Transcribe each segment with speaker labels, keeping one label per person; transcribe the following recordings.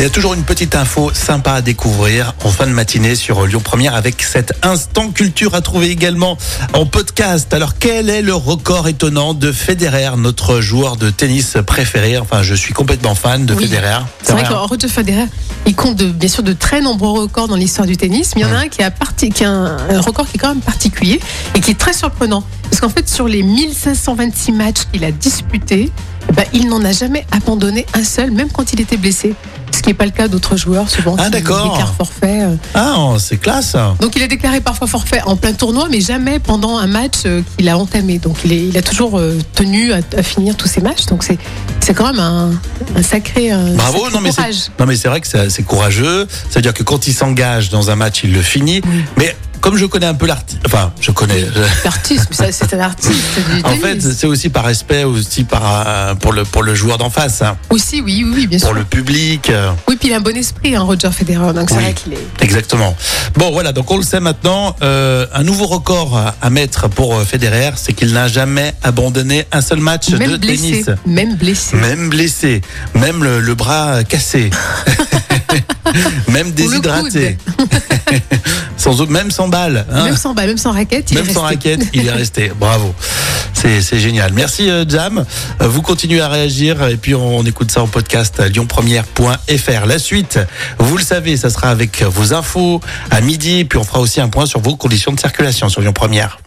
Speaker 1: Il y a toujours une petite info sympa à découvrir en fin de matinée sur Lyon Première avec cet instant culture à trouver également en podcast. Alors quel est le record étonnant de Federer, notre joueur de tennis préféré Enfin, je suis complètement fan de
Speaker 2: Oui.
Speaker 1: Federer.
Speaker 2: C'est vrai
Speaker 1: hein
Speaker 2: qu'en route de Federer, il compte de- bien sûr de très nombreux records dans l'histoire du tennis, mais il y en
Speaker 1: Mm.
Speaker 2: a un qui a, parti- qui a un, un record qui est quand même particulier et qui est très surprenant. Parce qu'en fait, sur les 1526 matchs qu'il a disputés, eh ben, il n'en a jamais abandonné un seul, même quand il était blessé. Ce qui n'est pas le cas d'autres joueurs, souvent,
Speaker 1: Ah,
Speaker 2: qui
Speaker 1: d'accord.
Speaker 2: déclarent forfait. euh.
Speaker 1: Ah, c'est classe.
Speaker 2: Donc, il a déclaré parfois forfait en plein tournoi, mais jamais pendant un match euh, qu'il a entamé. Donc, il, est- il a toujours euh, tenu à, à finir tous ses matchs. Donc, c'est c'est quand même un, un sacré, euh,
Speaker 1: Bravo,
Speaker 2: sacré
Speaker 1: non mais, c'est,
Speaker 2: courage.
Speaker 1: non mais c'est vrai que c'est, c'est courageux. Ça veut dire que quand il s'engage dans un match, il le finit. Mais comme je connais un peu l'artiste, enfin, je connais. je-
Speaker 2: L'artiste, mais ça, c'est un artiste du
Speaker 1: En
Speaker 2: tennis.
Speaker 1: fait, c'est aussi par respect aussi par, euh, pour, le, pour le joueur d'en face, hein,
Speaker 2: Aussi, oui, oui, oui, bien
Speaker 1: pour
Speaker 2: sûr.
Speaker 1: le public. euh,
Speaker 2: Oui, puis il a un bon esprit, hein, Roger Federer. Donc c'est
Speaker 1: Oui.
Speaker 2: vrai qu'il est.
Speaker 1: Exactement. Bon, voilà, donc on le sait maintenant, euh, un nouveau record à- à mettre pour euh, Federer, c'est qu'il n'a jamais abandonné un seul match de
Speaker 2: Même blessé,
Speaker 1: tennis.
Speaker 2: même blessé.
Speaker 1: Même blessé, même le, le bras cassé, même déshydraté, sans, eau- même sans balle, hein,
Speaker 2: Même sans balle, même sans raquette. il
Speaker 1: même
Speaker 2: est
Speaker 1: sans
Speaker 2: resté.
Speaker 1: raquette, il est resté. Bravo. C'est c'est génial. Merci euh, Jam. Euh, Vous continuez à réagir et puis on, on écoute ça en podcast euh, à lyonpremière.fr. La suite, vous le savez, ça sera avec vos infos à midi et puis on fera aussi un point sur vos conditions de circulation sur Lyon Première.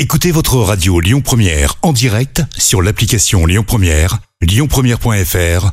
Speaker 3: Écoutez votre radio Lyon Première en direct sur l'application Lyon Première, lyonpremière.fr